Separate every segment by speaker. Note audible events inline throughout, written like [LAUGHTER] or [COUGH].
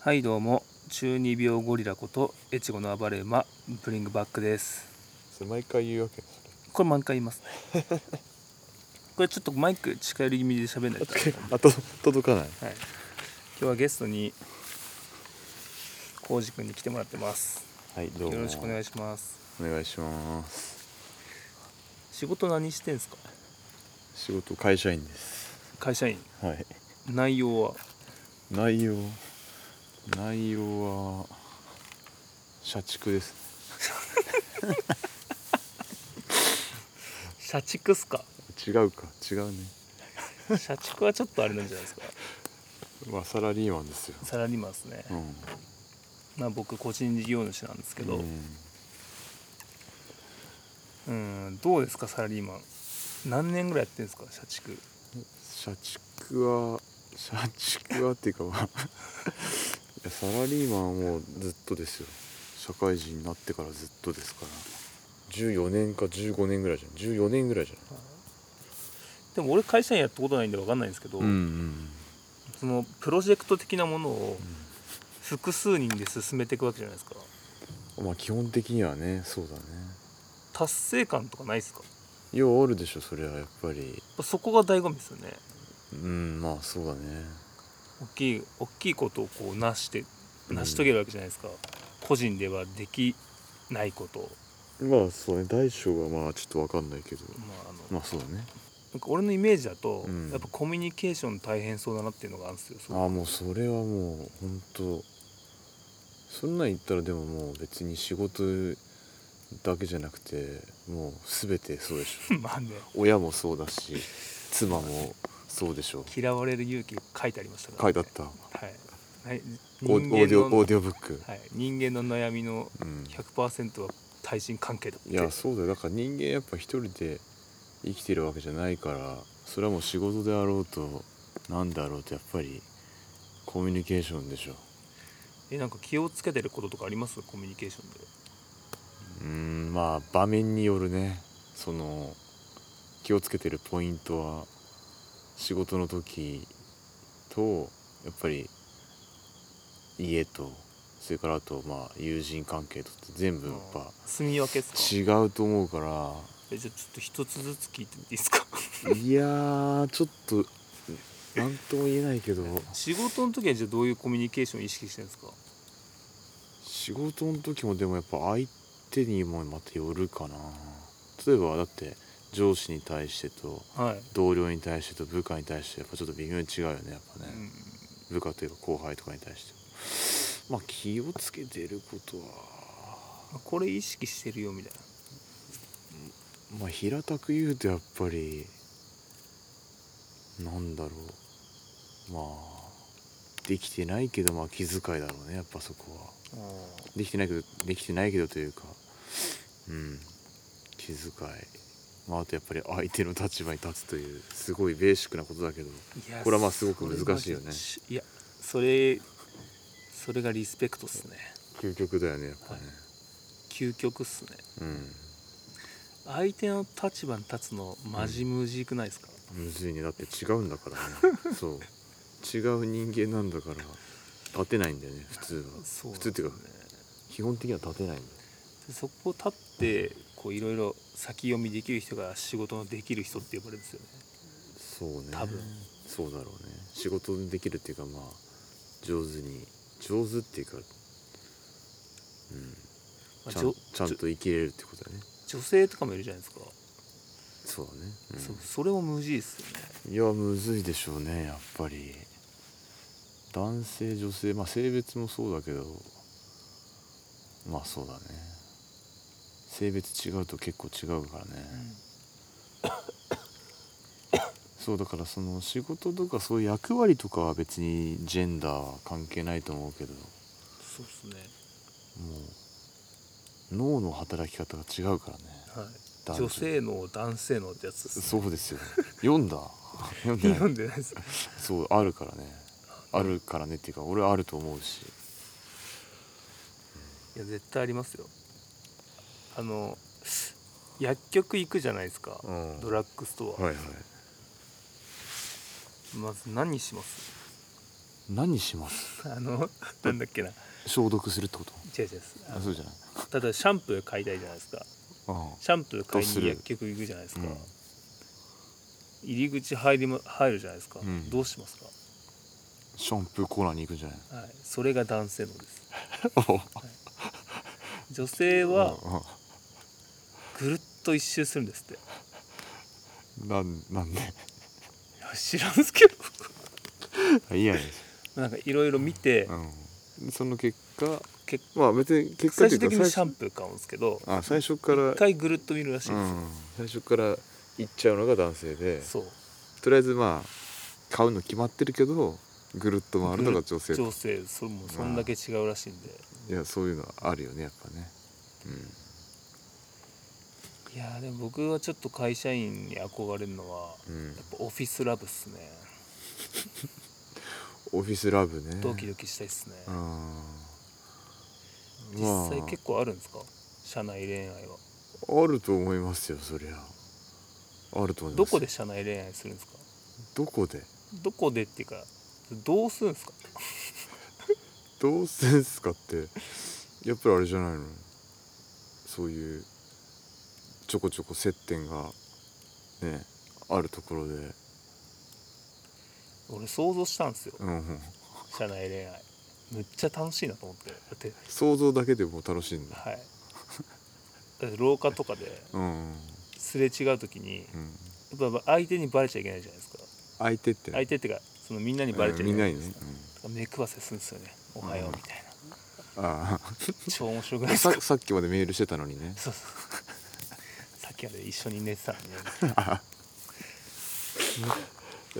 Speaker 1: はいどうも中二病ゴリラこと越後の暴れ馬ブリングバックです
Speaker 2: それ毎回言うわけ
Speaker 1: これ満開言いますね [LAUGHS] これちょっとマイク近寄り気味で喋んないとダメだな
Speaker 2: あと届かない
Speaker 1: はい、今日はゲストにコウジ君に来てもらってます
Speaker 2: はいど
Speaker 1: よ
Speaker 2: うも
Speaker 1: ろしくお願い
Speaker 2: し
Speaker 1: します
Speaker 2: お願いします
Speaker 1: 仕事何してんすか
Speaker 2: 仕事会社員です
Speaker 1: 会社員
Speaker 2: はい
Speaker 1: 内容は
Speaker 2: 内容内容は社畜です
Speaker 1: 社畜っすか
Speaker 2: 違うか違うね
Speaker 1: 社畜はちょっとあれなんじゃないですか
Speaker 2: まあサラリーマンですよ
Speaker 1: サラリーマンですね、
Speaker 2: うん
Speaker 1: まあ僕個人事業主なんですけど、
Speaker 2: うん
Speaker 1: うんどうですかサラリーマン何年ぐらいやってんですか社畜
Speaker 2: 社畜は社畜はっていうかまあ [LAUGHS] いやサラリーマンはもうずっとですよ社会人になってからずっとですから14年か15年ぐらいじゃん14年ぐらいじゃない
Speaker 1: でも俺会社員やったことないんで分かんないんですけど、
Speaker 2: うんうん
Speaker 1: そのプロジェクト的なものを複数人で進めていくわけじゃないですか
Speaker 2: うんまあ基本的にはねそうだね
Speaker 1: 達成感とかないですか
Speaker 2: ようあるでしょそれはやっぱり
Speaker 1: そこが醍醐味ですよね
Speaker 2: うんまあそうだね
Speaker 1: 大きい大きいことをこう成して
Speaker 2: うん
Speaker 1: 成し遂げるわけじゃないですか、個人ではできないことを、
Speaker 2: まあそうね大小はまあちょっとわかんないけど
Speaker 1: まああの
Speaker 2: まあそうだね
Speaker 1: なんか俺のイメージだと、
Speaker 2: うん
Speaker 1: やっぱコミュニケーション大変そうだなっていうのがあるんですよすごい
Speaker 2: ああもうそれはもう本当そんなん言ったらでももう別に仕事だけじゃなくてもう全てそうでし
Speaker 1: [LAUGHS] まあね
Speaker 2: [LAUGHS] ょ親もそうだし妻もそうでしょ
Speaker 1: 嫌われる勇気書いてありましたから
Speaker 2: 書いてあった
Speaker 1: はい、はい、
Speaker 2: オ
Speaker 1: 人
Speaker 2: ーオー
Speaker 1: 間
Speaker 2: ディオ
Speaker 1: の
Speaker 2: オーディオブック、
Speaker 1: はい、人間の悩みの
Speaker 2: うん、
Speaker 1: 100%は対人関係だって
Speaker 2: いやそうだよだから人間やっぱ一人で生きてるわけじゃないからそれはもう仕事であろうとなんだろうとやっぱりコミュニケーションでしょ
Speaker 1: えなんか気をつけてることとかありますコミュニケーションで
Speaker 2: うーんまあ場面によるねその気をつけてるポイントは仕事の時とやっぱり家とそれからあとまあ友人関係とって全部やっぱ
Speaker 1: 住み分けですか
Speaker 2: 違うと思うから
Speaker 1: えじゃあちょっと一つずつ聞いていいですか
Speaker 2: いやーちょっと何とも言えないけど
Speaker 1: 仕事の時はじゃあどういうコミュニケーションを意識してるんですか
Speaker 2: 仕事の時もでもやっぱ相手にもまたよるかな例えばだって上司に対してと
Speaker 1: はい、
Speaker 2: 同僚に対してと部下に対してやっぱちょっと微妙に違うよねやっぱ
Speaker 1: う
Speaker 2: ね、
Speaker 1: ん
Speaker 2: 部下というか後輩とかに対してまあ気をつけてることは
Speaker 1: あこれ意識してるよみたいな
Speaker 2: まあ平たく言うとやっぱりなんだろうまあできてないけどまあ気遣いだろうねやっぱそこはできてないけどできてないけどというかうん気遣いまああとやっぱり相手の立場に立つというすごいベーシックなことだけど
Speaker 1: いや
Speaker 2: これはまあすごく難しいよ
Speaker 1: それが
Speaker 2: ね
Speaker 1: いやそれそれがリスペクトっすね
Speaker 2: 究極だよねやっぱね、
Speaker 1: 究極っすね
Speaker 2: うん
Speaker 1: 相手の立場に立つのマジムジくないですか、
Speaker 2: むずいねだって違うんだから
Speaker 1: [LAUGHS]
Speaker 2: ねそう違う人間なんだから立てないんだよね普通は
Speaker 1: そうなん
Speaker 2: 普
Speaker 1: ですよ
Speaker 2: 通っていうか基本的には立てないんだよ
Speaker 1: そこを立ってこういろいろ先読みできる人が仕事のできる人って呼ばれるんですよね
Speaker 2: そうね
Speaker 1: 多分
Speaker 2: そうだろうね仕事できるっていうかまあ上手に上手っていうかうん
Speaker 1: まあ
Speaker 2: ちゃ
Speaker 1: じ
Speaker 2: ん
Speaker 1: ょ
Speaker 2: ちゃんと生きれるってことだね
Speaker 1: 女性とかもいるじゃないですか、
Speaker 2: そうだね、うん
Speaker 1: そうそれも無事ですよね
Speaker 2: いやむずいでしょうねやっぱり男性女性まあ性別もそうだけどまあそうだね性別違うと結構違うからね、そうだからその仕事とかそういう役割とかは別にジェンダーは関係ないと思うけども
Speaker 1: そうですね、
Speaker 2: う脳の働き方が違うからね
Speaker 1: はい、
Speaker 2: 男
Speaker 1: 女性の男性のってやつです、ね、
Speaker 2: そうですよ
Speaker 1: [LAUGHS]
Speaker 2: 読んだ読んでない
Speaker 1: 読んでないです
Speaker 2: そうあるからねあるからねっていうか俺はあると思うし
Speaker 1: いや絶対ありますよあの薬局行くじゃないですか、
Speaker 2: うん
Speaker 1: ドラッグストア、
Speaker 2: いはい
Speaker 1: まず何します [LAUGHS]
Speaker 2: 何します
Speaker 1: あのなんだっけな
Speaker 2: 消毒するってこと
Speaker 1: 違う違うあ
Speaker 2: あそうじゃない
Speaker 1: の例えばシャンプー買いたいじゃないですか
Speaker 2: あ
Speaker 1: シャンプー買
Speaker 2: どうす
Speaker 1: い
Speaker 2: る
Speaker 1: に薬局行くじゃないですか、
Speaker 2: うん
Speaker 1: 入り口入りも入るじゃないですか、
Speaker 2: うん
Speaker 1: どうします
Speaker 2: シャンプーコーナーに行くんじゃない
Speaker 1: か、はい、それが男性の
Speaker 2: [LAUGHS]
Speaker 1: です
Speaker 2: の
Speaker 1: 女性は
Speaker 2: う
Speaker 1: ぐるっと一周するんですって
Speaker 2: んなんなん
Speaker 1: い
Speaker 2: で [LAUGHS]
Speaker 1: や知らんすけ
Speaker 2: いいやね
Speaker 1: ど [LAUGHS] なんかいろいろ見て、
Speaker 2: うんその結果
Speaker 1: 結
Speaker 2: まあ別に結
Speaker 1: 最
Speaker 2: 果ってい
Speaker 1: 終
Speaker 2: うか
Speaker 1: 的にシャ
Speaker 2: ン
Speaker 1: ンプー買うんですけど
Speaker 2: あ最初から
Speaker 1: 一回ぐるっと見るらしいで、
Speaker 2: うん、最初から行っちゃうのが男性です
Speaker 1: そう
Speaker 2: とりあえずまあ買うの決まってるけどぐるっと回るのが女性
Speaker 1: 女性それもそんだけ違うらしいんで、
Speaker 2: いやそういうのあるよねやっぱね
Speaker 1: いやーでも僕はちょっと会社員に憧れるのは
Speaker 2: うん、うん
Speaker 1: やっぱオフィスラブっすね
Speaker 2: オフィスラブね
Speaker 1: ドキドキしたいっすね、
Speaker 2: うんま
Speaker 1: 実際結構あるんですか社内恋愛は
Speaker 2: ああると思いますよそりゃあると思います
Speaker 1: どこで社内恋愛するんですか
Speaker 2: どこで
Speaker 1: どこでっていうかどうするんですか
Speaker 2: どうせんすかってやっぱりあれじゃないのそういうちょこちょこ接点がねあるところで
Speaker 1: 俺想像したんですよ
Speaker 2: うん
Speaker 1: 社内恋愛めっちゃ楽しいなと思ってだって
Speaker 2: 想像だけでもう楽しいんだ
Speaker 1: はいだって廊下とかで
Speaker 2: うんうん
Speaker 1: すれ違う時にやっぱ相手にバレちゃいけないじゃないですか
Speaker 2: 相手ってね
Speaker 1: 相手っていうかそのみんなにバレちゃい
Speaker 2: み
Speaker 1: け
Speaker 2: んな
Speaker 1: ない
Speaker 2: に
Speaker 1: じゃない
Speaker 2: ね
Speaker 1: ですか、だから目くわせするんですよねおはようみたいな、
Speaker 2: うんあ
Speaker 1: 超面白くない
Speaker 2: あ
Speaker 1: ですか
Speaker 2: ささっきまでメールしてたのにね
Speaker 1: そうそうさっきまで一緒に寝てたのに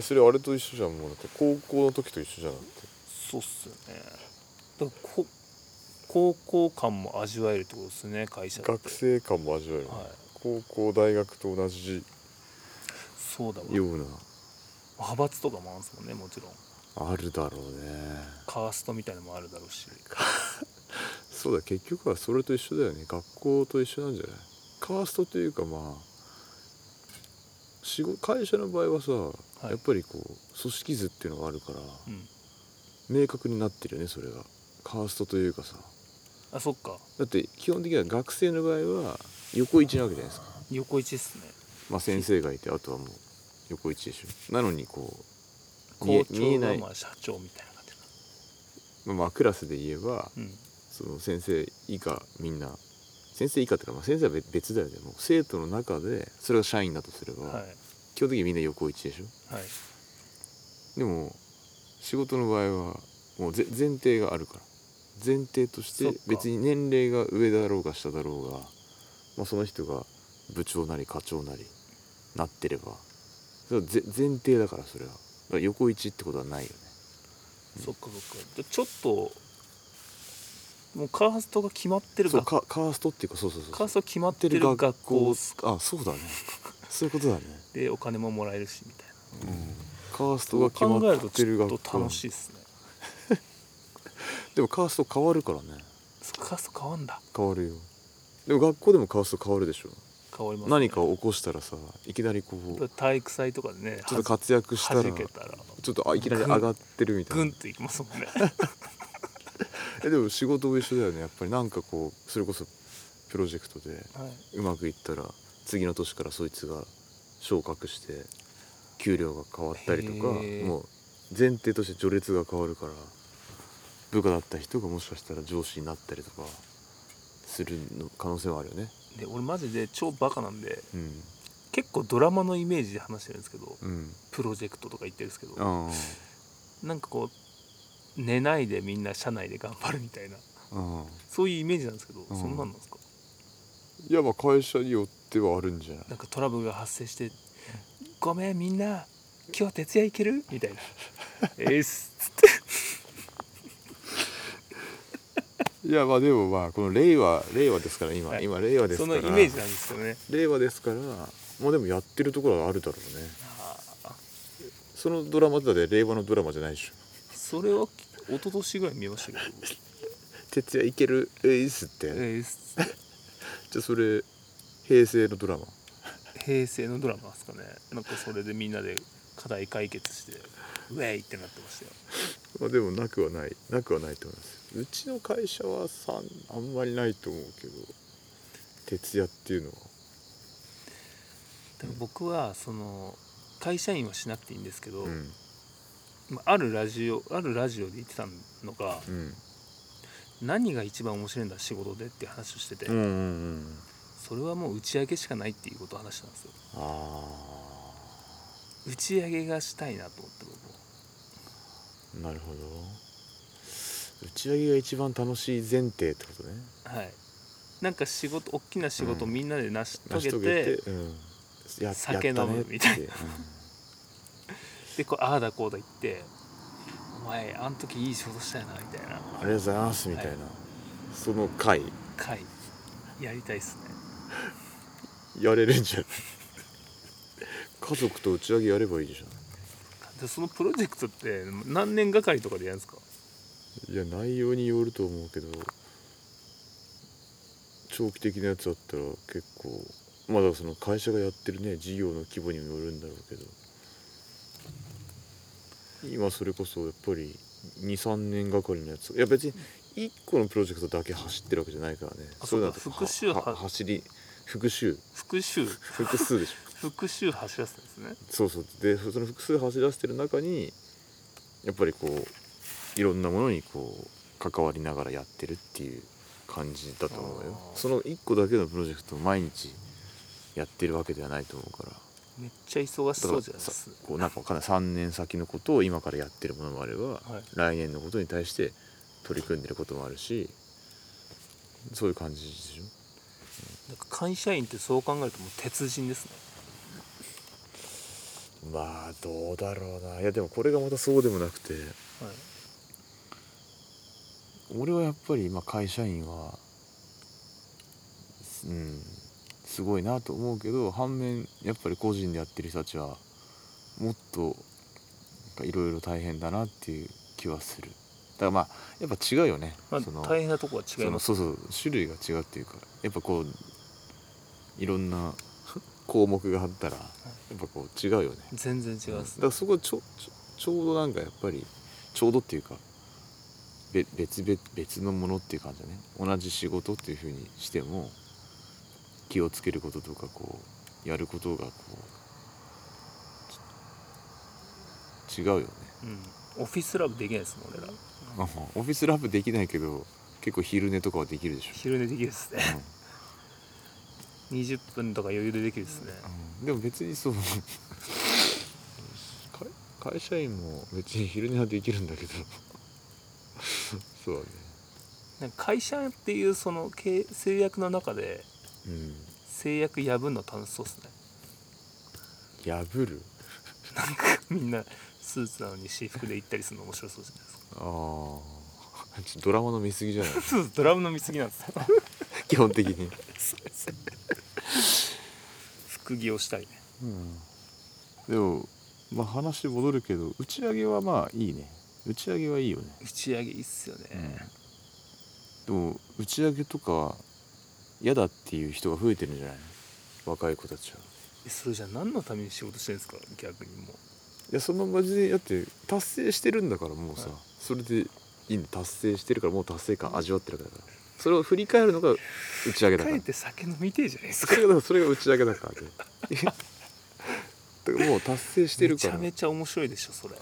Speaker 2: それあれと一緒じゃんもうだって高校の時と一緒じゃなくて
Speaker 1: そうっすよねだからこ高校感も味わえるってことですね会社って
Speaker 2: 学生感も味わえるね、
Speaker 1: はい
Speaker 2: 高校大学と同じ
Speaker 1: そうだわ
Speaker 2: ような
Speaker 1: 派閥とかもあるんですもんねもちろん
Speaker 2: あるだろうね
Speaker 1: カーストみたいなのもあるだろうし
Speaker 2: そうだ結局はそれと一緒だよね学校と一緒なんじゃないカーストというかまあ仕事会社の場合はさ、
Speaker 1: い
Speaker 2: やっぱりこう組織図っていうのがあるから、
Speaker 1: うん
Speaker 2: 明確になってるよねそれがカーストというかさ
Speaker 1: あそっか
Speaker 2: だって基本的には学生の場合は横一なわけじゃないですか、
Speaker 1: 横一っすね
Speaker 2: まあ、先生がいてあとはもう横一でしょなのにこう見え
Speaker 1: 校
Speaker 2: 見え
Speaker 1: 長
Speaker 2: な
Speaker 1: が
Speaker 2: い
Speaker 1: まあ社長みたいな感じか
Speaker 2: まあまあクラスで言えば
Speaker 1: な
Speaker 2: その先生以下みんな先生以下っていうか、まあ、先生は別別だよねもう生徒の中でそれが社員だとすれば、
Speaker 1: うんはい
Speaker 2: 基本的にみんな横一でしょ
Speaker 1: はい
Speaker 2: でも仕事の場合はもうぜ前提があるから前提とし
Speaker 1: そ
Speaker 2: て
Speaker 1: っか
Speaker 2: 別に年齢が上だろうが下だろうが、まあ、その人が部長なり課長なりなってればそれはぜ前提だからそれはだから横一ってことはないよね
Speaker 1: そっかそっかでちょっともうカーストが決まってる
Speaker 2: そう
Speaker 1: 学
Speaker 2: カカーストっていうかそうそうそう
Speaker 1: カー
Speaker 2: ス
Speaker 1: スト決まってる学校っすか
Speaker 2: あそうだ
Speaker 1: [LAUGHS]
Speaker 2: ねそういうことだね、
Speaker 1: でお金ももらえるしみたいな
Speaker 2: うん、カースト
Speaker 1: そう
Speaker 2: が決ま
Speaker 1: 考えると
Speaker 2: っ
Speaker 1: ち
Speaker 2: てる
Speaker 1: ょっ
Speaker 2: 学
Speaker 1: と
Speaker 2: 校
Speaker 1: 楽しいっすね
Speaker 2: でもカースト変わるからね
Speaker 1: そカースト変わんだ
Speaker 2: 変わるよでも学校でもカースト変わるでしょ
Speaker 1: 変わります、ね、
Speaker 2: 何かを起こしたらさいきなりこう
Speaker 1: 体育祭とかでね
Speaker 2: ちょっと活躍したら
Speaker 1: はじけ
Speaker 2: ち
Speaker 1: たら
Speaker 2: ょっとあいきなり上がってるみた
Speaker 1: グ
Speaker 2: い
Speaker 1: ン
Speaker 2: な
Speaker 1: っていきますも
Speaker 2: [LAUGHS]
Speaker 1: んね
Speaker 2: えでも仕事も一緒だよねやっぱりなんかこうそれこそプロジェクトで
Speaker 1: はいう
Speaker 2: まくいったら次の年からそいつが昇格して給料が変わったりとか
Speaker 1: へー
Speaker 2: もう前提として序列が変わるから部下だった人がもしかしたら上司になったりとかするの可能性はあるよね
Speaker 1: で俺マジで超バカなんで
Speaker 2: うん
Speaker 1: 結構ドラマのイメージで話してるんですけど
Speaker 2: うん
Speaker 1: プロジェクトとか言ってるんですけど
Speaker 2: あ
Speaker 1: なんかこう寝ないでみんな社内で頑張るみたいな
Speaker 2: あうん
Speaker 1: そういうイメージなんですけど、
Speaker 2: うん
Speaker 1: そんなんなんですか
Speaker 2: いやまあ会社によってはあるんじゃない
Speaker 1: なんかトラブルが発生して「ごめんみんな今日徹夜行ける?」みたいな「えーっす」つって
Speaker 2: いやまあでもまあこの令和令和ですから今、
Speaker 1: はい
Speaker 2: 今令和です
Speaker 1: そ
Speaker 2: か
Speaker 1: の
Speaker 2: ら
Speaker 1: イメージなんですよね
Speaker 2: 令和ですからまあでもやってるところはあるだろうね
Speaker 1: ああ
Speaker 2: そのドラマだって令和のドラマじゃないでしょ
Speaker 1: それは一昨年ぐらいに見ましたけど
Speaker 2: 徹夜いけるえいっすって、
Speaker 1: えーっす
Speaker 2: じゃあそれ平成のドラマ
Speaker 1: 平成のドラマですかねなんかそれでみんなで課題解決してウェイってなってましたよ
Speaker 2: まあ、でもなくはないなくはないと思いますうちの会社はさんあんまりないと思うけど徹夜っていうのは
Speaker 1: でも僕はその会社員はしなくていいんですけど、
Speaker 2: うん
Speaker 1: まああるラジオあるラジオで言ってたのが
Speaker 2: うん
Speaker 1: 何が一番面白いんだ仕事でって話をしてて、
Speaker 2: うんうんうん
Speaker 1: それはもう打ち上げしかないっていうことを話したんですよ
Speaker 2: あ
Speaker 1: 打ち上げがしたいなと思って僕も
Speaker 2: あなるほど打ち上げが一番楽しい前提ってことね
Speaker 1: はいなんか仕事大きな仕事を
Speaker 2: うん
Speaker 1: みんなで成し
Speaker 2: 成
Speaker 1: 遂
Speaker 2: し
Speaker 1: げて,、
Speaker 2: 遂げて、うん、や
Speaker 1: 酒
Speaker 2: やったね
Speaker 1: 飲むみたいな
Speaker 2: って
Speaker 1: でこうああだこうだ言って「お前あの時いい仕事したよな」みたいな
Speaker 2: うんありがとうございますみたいな、その回
Speaker 1: 回やりたいっすね
Speaker 2: やれるんじゃない [LAUGHS] 家族と打ち上げやればいいじ
Speaker 1: でそのプロジェクトって何年がかりとかでやるんですか
Speaker 2: ゃんいや内容によると思うけど長期的なやつだったら結構まだその会社がやってるね事業の規模にもよるんだろうけど今それこそやっぱり23年がかりのやついや別に1個のプロジェクトだけ走ってるわけじゃないからね
Speaker 1: あ
Speaker 2: ういうの
Speaker 1: そうか復習
Speaker 2: は
Speaker 1: は
Speaker 2: は走り復習
Speaker 1: 復習
Speaker 2: 複数でしょ
Speaker 1: 復習走らせたんですね
Speaker 2: そうそうでその複数走らせてる中にやっぱりこういろんなものにこう関わりながらやってるっていう感じだと思うよ
Speaker 1: あー
Speaker 2: その1個だけのプロジェクトを毎日やってるわけではないと思うから
Speaker 1: めっちゃ忙しそ
Speaker 2: だか
Speaker 1: う
Speaker 2: ら
Speaker 1: じゃないです
Speaker 2: さこうなんかわかんない3年先のことを今からやってるものもあれば、
Speaker 1: はい
Speaker 2: 来年のことに対して取り組んでることもあるしそういう感じでしょ
Speaker 1: なんか会社員ってそう考えるともう鉄人ですね
Speaker 2: まあどうだろうないやでもこれがまたそうでもなくて
Speaker 1: はい
Speaker 2: 俺はやっぱり今会社員はうんすごいなと思うけど反面やっぱり個人でやってる人たちはもっといろいろ大変だなっていう気はするだからまあやっぱ違うよね、
Speaker 1: まあ
Speaker 2: その
Speaker 1: 大変なとこは違い
Speaker 2: そ
Speaker 1: ま
Speaker 2: の
Speaker 1: す
Speaker 2: そうそう種類が違うっていうかやっぱこういろんな項目があったらやっぱこう違うよね
Speaker 1: 全然違いま
Speaker 2: だ
Speaker 1: す、
Speaker 2: からそこちょちょちょうどなんかやっぱりちょうどっていうかべ別別別のものっていう感じだね同じ仕事っていうふうにしても気をつけることとかこうやることがこうち違うよね
Speaker 1: うん、オフィスラブできないですもん俺ら
Speaker 2: あオフィスラブできないけど結構昼寝とかはできるでしょ、
Speaker 1: 昼寝できるっす [LAUGHS] ね
Speaker 2: うん
Speaker 1: 20分とか余裕でできるっすね
Speaker 2: でも別にそう会 [LAUGHS] 会社員も別に昼寝はできるんだけど [LAUGHS] そうだね
Speaker 1: なんか会社っていうそのけ制約の中で
Speaker 2: うん
Speaker 1: 制約破るの楽しそうっすね
Speaker 2: 破る
Speaker 1: なんかみんなスーツなのに私服で行ったりするの面白そうじゃないですか
Speaker 2: ああ [LAUGHS] ちょドラマの見過ぎじゃない [LAUGHS]
Speaker 1: そうですドラムの見過ぎなんですよ
Speaker 2: 基本的に、
Speaker 1: 副業したいね
Speaker 2: うん、でもまあ話戻るけど打ち上げはまあいいね打ち上げはいいよね
Speaker 1: 打ち上げいいっすよね、
Speaker 2: でも打ち上げとか嫌だっていう人が増えてるんじゃないの若い子たちは
Speaker 1: えそれじゃあ何のために仕事してるんですか逆にもう
Speaker 2: いやそのマジでだって達成してるんだからもうさ、
Speaker 1: はい
Speaker 2: それでいいの達成してるからもう達成感味わってるわけだからそれを振り返るのが打ち上げだか
Speaker 1: 帰
Speaker 2: ら
Speaker 1: って酒飲みてえじゃないです
Speaker 2: そ
Speaker 1: か
Speaker 2: れがそれが打ち上げだからねだ [LAUGHS] からもう達成してる
Speaker 1: め
Speaker 2: か
Speaker 1: ち
Speaker 2: ら
Speaker 1: ゃめちゃ面白いでしょそれ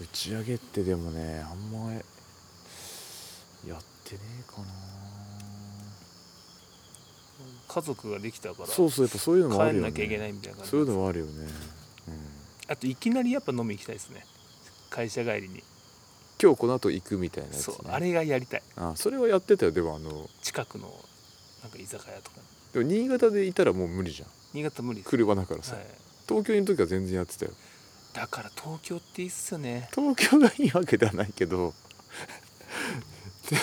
Speaker 2: 打ち上げってでもねあんまやってねえかな
Speaker 1: 家族ができたから
Speaker 2: そうそうやっぱそういうのもあ
Speaker 1: 帰
Speaker 2: る
Speaker 1: ん
Speaker 2: よね
Speaker 1: なきゃいけないみたいな感じ
Speaker 2: そういうのもあるよね、うん、
Speaker 1: あといきなりやっぱ飲み行きたいですね会社帰りに
Speaker 2: 今日この後行くみたいなやつ、
Speaker 1: そ
Speaker 2: ね
Speaker 1: う、あれがやりたい
Speaker 2: あそれはやってたよでもあの
Speaker 1: 近くのなんか居酒屋とか
Speaker 2: でも新潟でいたらもう無理じゃん
Speaker 1: 新潟無理です、
Speaker 2: 車だからさ、
Speaker 1: はい、
Speaker 2: 東京にいる時は全然やってたよ
Speaker 1: だから東京っていいっすよね
Speaker 2: 東京がいいわけではないけどで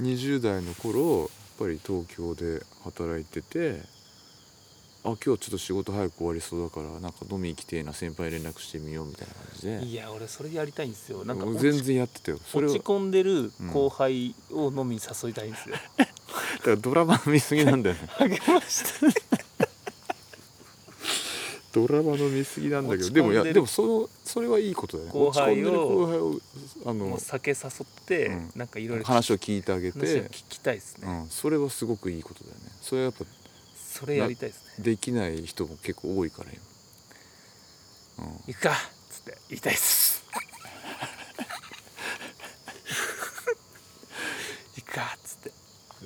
Speaker 2: 20代の頃やっぱり東京で働いててあ今日ちょっと仕事早く終わりそうだからなんか飲みに来てえな先輩連絡してみようみたいな感じで
Speaker 1: いや俺それやりたいんですよなんか
Speaker 2: もう
Speaker 1: 落ち
Speaker 2: 全然やってたよそれ
Speaker 1: 落
Speaker 2: は
Speaker 1: ち
Speaker 2: だか
Speaker 1: 込んでる後輩を飲みに誘いたいんですよ、 [LAUGHS]
Speaker 2: らドラマ見過ぎなんだよね
Speaker 1: 励ました
Speaker 2: ドラマの見過ぎなんだけど
Speaker 1: 落ち込ん
Speaker 2: で
Speaker 1: でる
Speaker 2: もいやでもそのそれはいいことだよね
Speaker 1: 後輩を
Speaker 2: 落ち込んでる後輩を
Speaker 1: [LAUGHS]
Speaker 2: あ
Speaker 1: もう
Speaker 2: の
Speaker 1: 酒誘って、
Speaker 2: うん
Speaker 1: なんかいろいろ
Speaker 2: 話を聞いてあげ
Speaker 1: 話を
Speaker 2: て
Speaker 1: 聞、きたいです
Speaker 2: う
Speaker 1: ね、
Speaker 2: ん、それはすごくいいことだよねそれはやっぱ
Speaker 1: それやりたいですね
Speaker 2: できない人も結構多いからよ、うん、
Speaker 1: 行くかっつって言いたいっ
Speaker 2: [LAUGHS]
Speaker 1: す行くかっつっ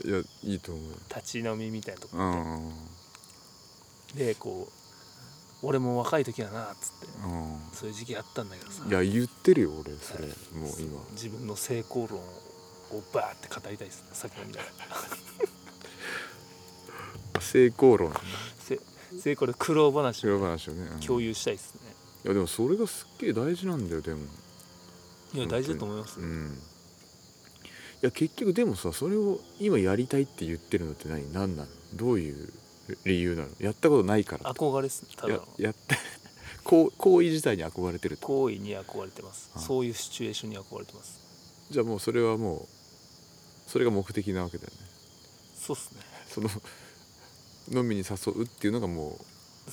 Speaker 1: て
Speaker 2: いやいいと思うよ
Speaker 1: 立ち飲みみたいなとこ
Speaker 2: うんうん
Speaker 1: でこう俺も若い時だなっつって
Speaker 2: うん
Speaker 1: そういう時期あったんだけどさ
Speaker 2: いや言ってるよ俺それもう今
Speaker 1: 自分の成功論をバーって語りたいですねさっきのみ
Speaker 2: [LAUGHS]
Speaker 1: たいな
Speaker 2: 成功論
Speaker 1: せ成功で苦労話
Speaker 2: 違
Speaker 1: を
Speaker 2: う話をね、うん
Speaker 1: 共
Speaker 2: い
Speaker 1: 有したいですね
Speaker 2: やでもそれがすっげえ大事なんだよでも
Speaker 1: いや
Speaker 2: 本当に
Speaker 1: 大事だと思います
Speaker 2: う
Speaker 1: よ、
Speaker 2: んいや結局でもさそれを今やりたいって言ってるのって何何なのどういう理由なのやったことないからって
Speaker 1: 憧れですねただ
Speaker 2: や
Speaker 1: の
Speaker 2: やって [LAUGHS] 行行為自体に憧れてるって
Speaker 1: 行為に憧れてます、
Speaker 2: うん
Speaker 1: そういうシチュエーションに憧れてます
Speaker 2: じゃあもうそれはもうそれが目的なわけだよね
Speaker 1: そうっすね
Speaker 2: その飲みに誘うっていうのがも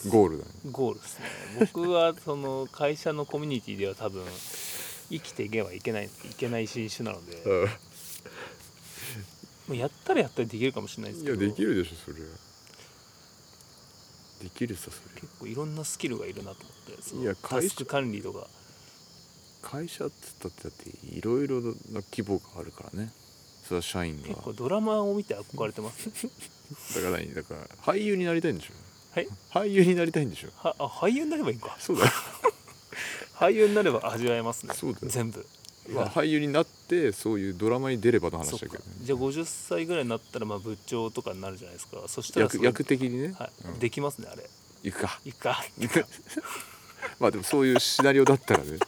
Speaker 2: うゴールだね
Speaker 1: ゴール
Speaker 2: [LAUGHS]
Speaker 1: ですね僕はその会社のコミュニティでは多分生きていけばいけないいけない新種なので、もうやったらやったらできるかもしれないです
Speaker 2: い
Speaker 1: け
Speaker 2: や
Speaker 1: ど
Speaker 2: できるでしょそれはできるさそれ
Speaker 1: 結構いろんなスキルがいるなと思ってその
Speaker 2: いや
Speaker 1: タ
Speaker 2: 会社
Speaker 1: スク管理とか
Speaker 2: 会社っつったってだっていろいろな規模があるからねそれは社員が
Speaker 1: 結構ドラマを見て憧れてます
Speaker 2: [LAUGHS]
Speaker 1: ね
Speaker 2: だから何だから俳優になりたいんでしょ
Speaker 1: はい
Speaker 2: 俳優になりたいんでしょ
Speaker 1: は [LAUGHS] あ俳優になればいいんか
Speaker 2: そうだよ、
Speaker 1: [LAUGHS] 俳優になれば味わえますね
Speaker 2: そうだよ
Speaker 1: 全部
Speaker 2: [LAUGHS] まあ、俳優になってそういうドラマに出ればの話だけど、
Speaker 1: そっ
Speaker 2: ね
Speaker 1: か、じゃあ50歳ぐらいになったらまあ部長とかになるじゃないですかそしたら
Speaker 2: 役
Speaker 1: それ
Speaker 2: 役的にね、
Speaker 1: はい
Speaker 2: うん
Speaker 1: できますねあれ
Speaker 2: 行くか
Speaker 1: いいか
Speaker 2: [LAUGHS] まあでもそういうシナリオだったらね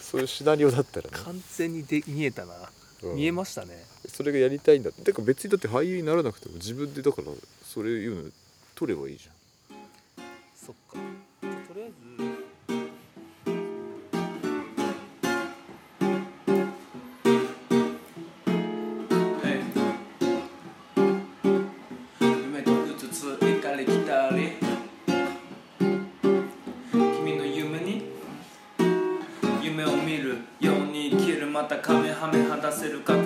Speaker 2: そういうシナリオだったらね
Speaker 1: 完全にで見えたな、
Speaker 2: うん
Speaker 1: 見えましたね
Speaker 2: それがやりたいんだっててか別にだって俳優にならなくても自分でだからそれいうの取ればいいじゃん
Speaker 1: そっかとりあえず
Speaker 3: 哎，夢とうつつ行かれ来たり君の夢に夢を見るように生きるまたカメハメ果たせるか試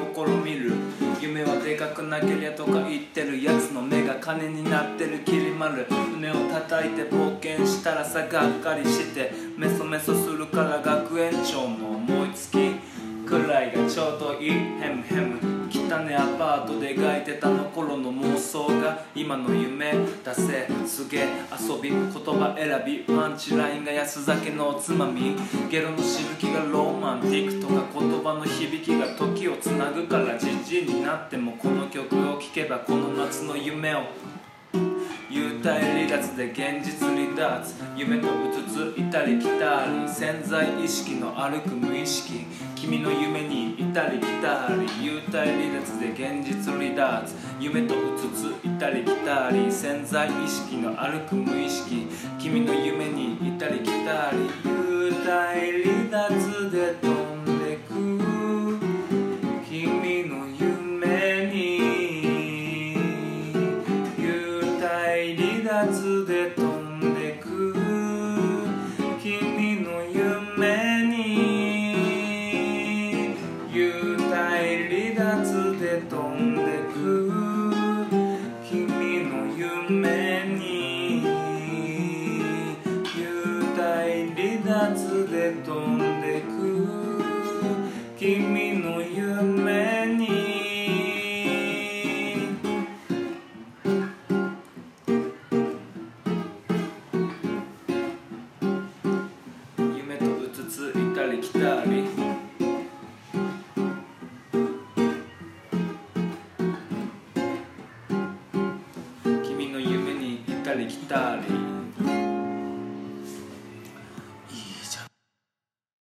Speaker 3: みる夢はでかくなけりゃとか言ってるやつの目が金になってるきり丸胸を叩いて冒険したらさがっかりしてメソメソするから学園長も思いつきくらいがちょうどいいヘムヘム汚ねアパートで描いてたの頃の妄想が今の夢出せすげえ遊び言葉選びパンチラインが安酒のおつまみゲロのしぶきがロマンティックとか言葉の響きが時をつなぐからじじいになってもこの曲を聴けばこの夏の夢を幽体離脱で現実離脱夢とうつついたり来たり潜在意識の歩く無意識君の夢にいたり来たり幽体離脱で現実離脱夢とうつついたり来たり潜在意識の歩く無意識君の夢にいたり来たり幽体離脱で飛んでく君の夢に幽体離脱で飛んでく君の夢に幽体離脱で飛んでく君の夢に幽体離脱で飛んでく君の夢に夢とうつついたり来たり君の夢にいたり来たり